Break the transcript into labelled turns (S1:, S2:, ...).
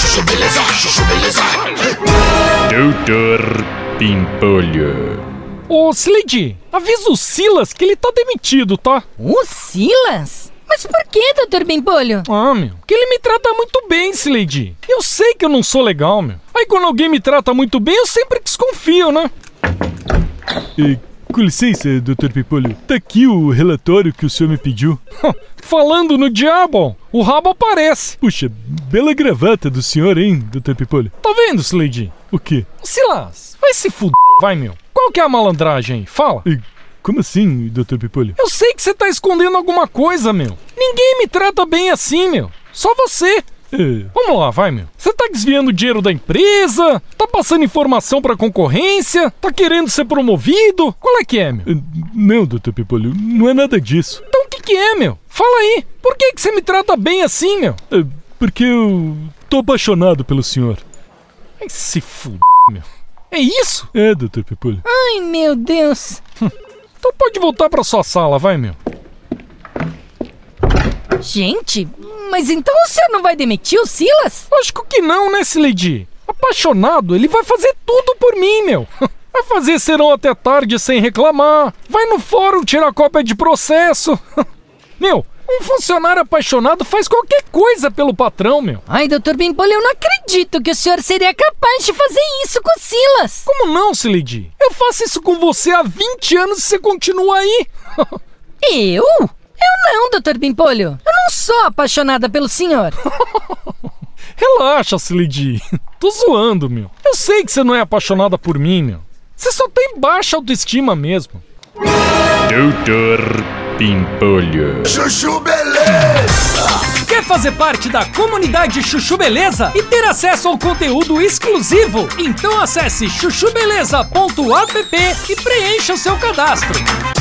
S1: chuchu beleza, chuchu beleza.
S2: Doutor Pimpolho.
S3: Ô, Slade, avisa o Silas que ele tá demitido, tá?
S4: O Silas? Mas por que, doutor Bimbolho?
S3: Ah, meu, que ele me trata muito bem, Slade. Eu sei que eu não sou legal, meu. Aí quando alguém me trata muito bem, eu sempre desconfio, né?
S5: Com licença, Dr. Pipolho. Tá aqui o relatório que o senhor me pediu.
S3: Falando no diabo, o rabo aparece.
S5: Puxa, bela gravata do senhor, hein, Dr. Pipolho?
S3: Tá vendo, Slade?
S5: O quê?
S3: Silas, vai se fuder, vai, meu. Qual que é a malandragem aí? Fala.
S5: E como assim, Dr. Pipolho?
S3: Eu sei que você tá escondendo alguma coisa, meu. Ninguém me trata bem assim, meu. Só você.
S5: É,
S3: Vamos lá, vai, meu. Você tá desviando dinheiro da empresa, tá passando informação pra concorrência, tá querendo ser promovido. Qual é que é, meu?
S5: não, Dr. Pipolho, não é nada disso.
S3: Então o que que é, meu? Fala aí. Por que que você me trata bem assim, meu?
S5: É porque eu tô apaixonado pelo senhor.
S3: Ai, se fuder, meu. É isso?
S5: É, Dr. Pipolho.
S4: Ai, meu Deus.
S3: Então pode voltar pra sua sala, vai, meu.
S4: Gente, mas então o senhor não vai demitir o Silas?
S3: Lógico que não, né, Sileidi? Apaixonado, ele vai fazer tudo por mim, meu. Vai fazer serão até tarde sem reclamar. Vai no fórum tirar cópia de processo. Meu, um funcionário apaixonado faz qualquer coisa pelo patrão, meu.
S4: Ai, doutor Bimbolho, eu não acredito que o senhor seria capaz de fazer isso com o Silas.
S3: Como não, Sileidi? Eu faço isso com você há 20 anos e você continua aí.
S4: Eu? Eu não, doutor Bimpolho. Eu não sou apaixonada pelo senhor.
S3: Relaxa, Sileidi. Tô zoando, meu. Eu sei que você não é apaixonada por mim, meu. Você só tem baixa autoestima mesmo.
S2: Doutor Pimpolho.
S1: Chuchu beleza.
S3: Quer fazer parte da comunidade Chuchu Beleza e ter acesso ao conteúdo exclusivo? Então acesse chuchubeleza.app e preencha o seu cadastro.